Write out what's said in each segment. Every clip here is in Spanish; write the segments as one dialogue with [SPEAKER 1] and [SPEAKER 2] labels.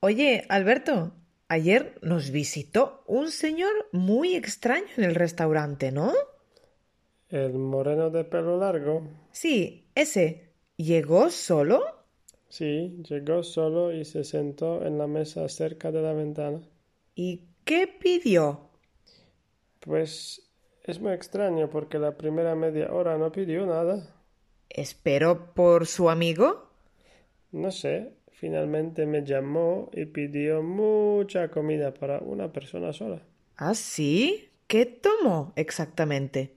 [SPEAKER 1] Oye, Alberto, ayer nos visitó un señor muy extraño en el restaurante, ¿no?
[SPEAKER 2] El moreno de pelo largo.
[SPEAKER 1] Sí, ese. ¿Llegó solo?
[SPEAKER 2] Sí, llegó solo y se sentó en la mesa cerca de la ventana.
[SPEAKER 1] ¿Y qué pidió?
[SPEAKER 2] Pues es muy extraño porque la primera media hora no pidió nada.
[SPEAKER 1] ¿Esperó por su amigo?
[SPEAKER 2] No sé, finalmente me llamó y pidió mucha comida para una persona sola.
[SPEAKER 1] ¿Ah, sí? ¿Qué tomó exactamente?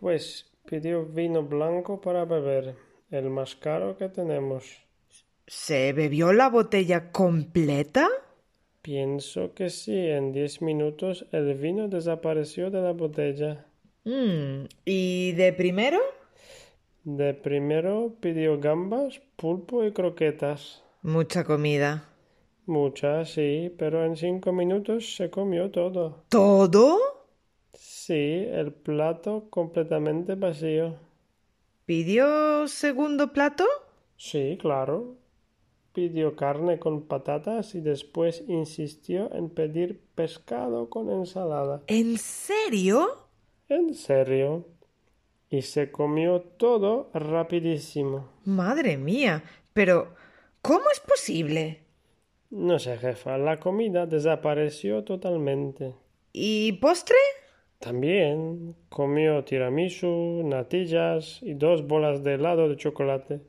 [SPEAKER 2] Pues pidió vino blanco para beber, el más caro que tenemos.
[SPEAKER 1] ¿Se bebió la botella completa?
[SPEAKER 2] Pienso que sí, en diez minutos el vino desapareció de la botella.
[SPEAKER 1] Mm, ¿Y de primero?
[SPEAKER 2] De primero pidió gambas, pulpo y croquetas.
[SPEAKER 1] Mucha comida.
[SPEAKER 2] Muchas, sí, pero en cinco minutos se comió todo.
[SPEAKER 1] ¿Todo?
[SPEAKER 2] Sí, el plato completamente vacío.
[SPEAKER 1] ¿Pidió segundo plato?
[SPEAKER 2] Sí, claro. Pidió carne con patatas y después insistió en pedir pescado con ensalada.
[SPEAKER 1] ¿En serio?
[SPEAKER 2] En serio. Y se comió todo rapidísimo.
[SPEAKER 1] Madre mía, pero ¿cómo es posible?
[SPEAKER 2] No sé, jefa, la comida desapareció totalmente.
[SPEAKER 1] ¿Y postre?
[SPEAKER 2] También comió tiramisú, natillas y dos bolas de helado de chocolate.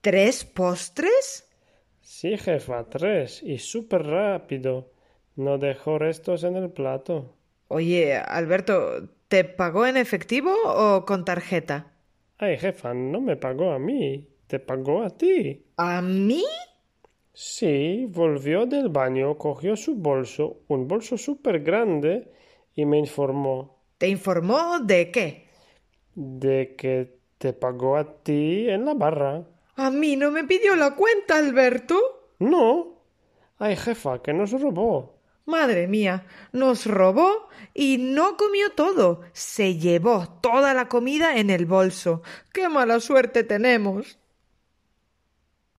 [SPEAKER 1] ¿Tres postres?
[SPEAKER 2] Sí, jefa, tres y súper rápido. No dejó restos en el plato.
[SPEAKER 1] Oye, Alberto, ¿te pagó en efectivo o con tarjeta?
[SPEAKER 2] Ay, jefa, no me pagó a mí, te pagó a ti.
[SPEAKER 1] ¿A mí?
[SPEAKER 2] Sí, volvió del baño, cogió su bolso, un bolso súper grande, y me informó
[SPEAKER 1] ¿Te informó de qué?
[SPEAKER 2] de que te pagó a ti en la barra.
[SPEAKER 1] A mí no me pidió la cuenta, Alberto.
[SPEAKER 2] No. Ay, jefa, que nos robó.
[SPEAKER 1] Madre mía, nos robó y no comió todo. Se llevó toda la comida en el bolso. ¡Qué mala suerte tenemos!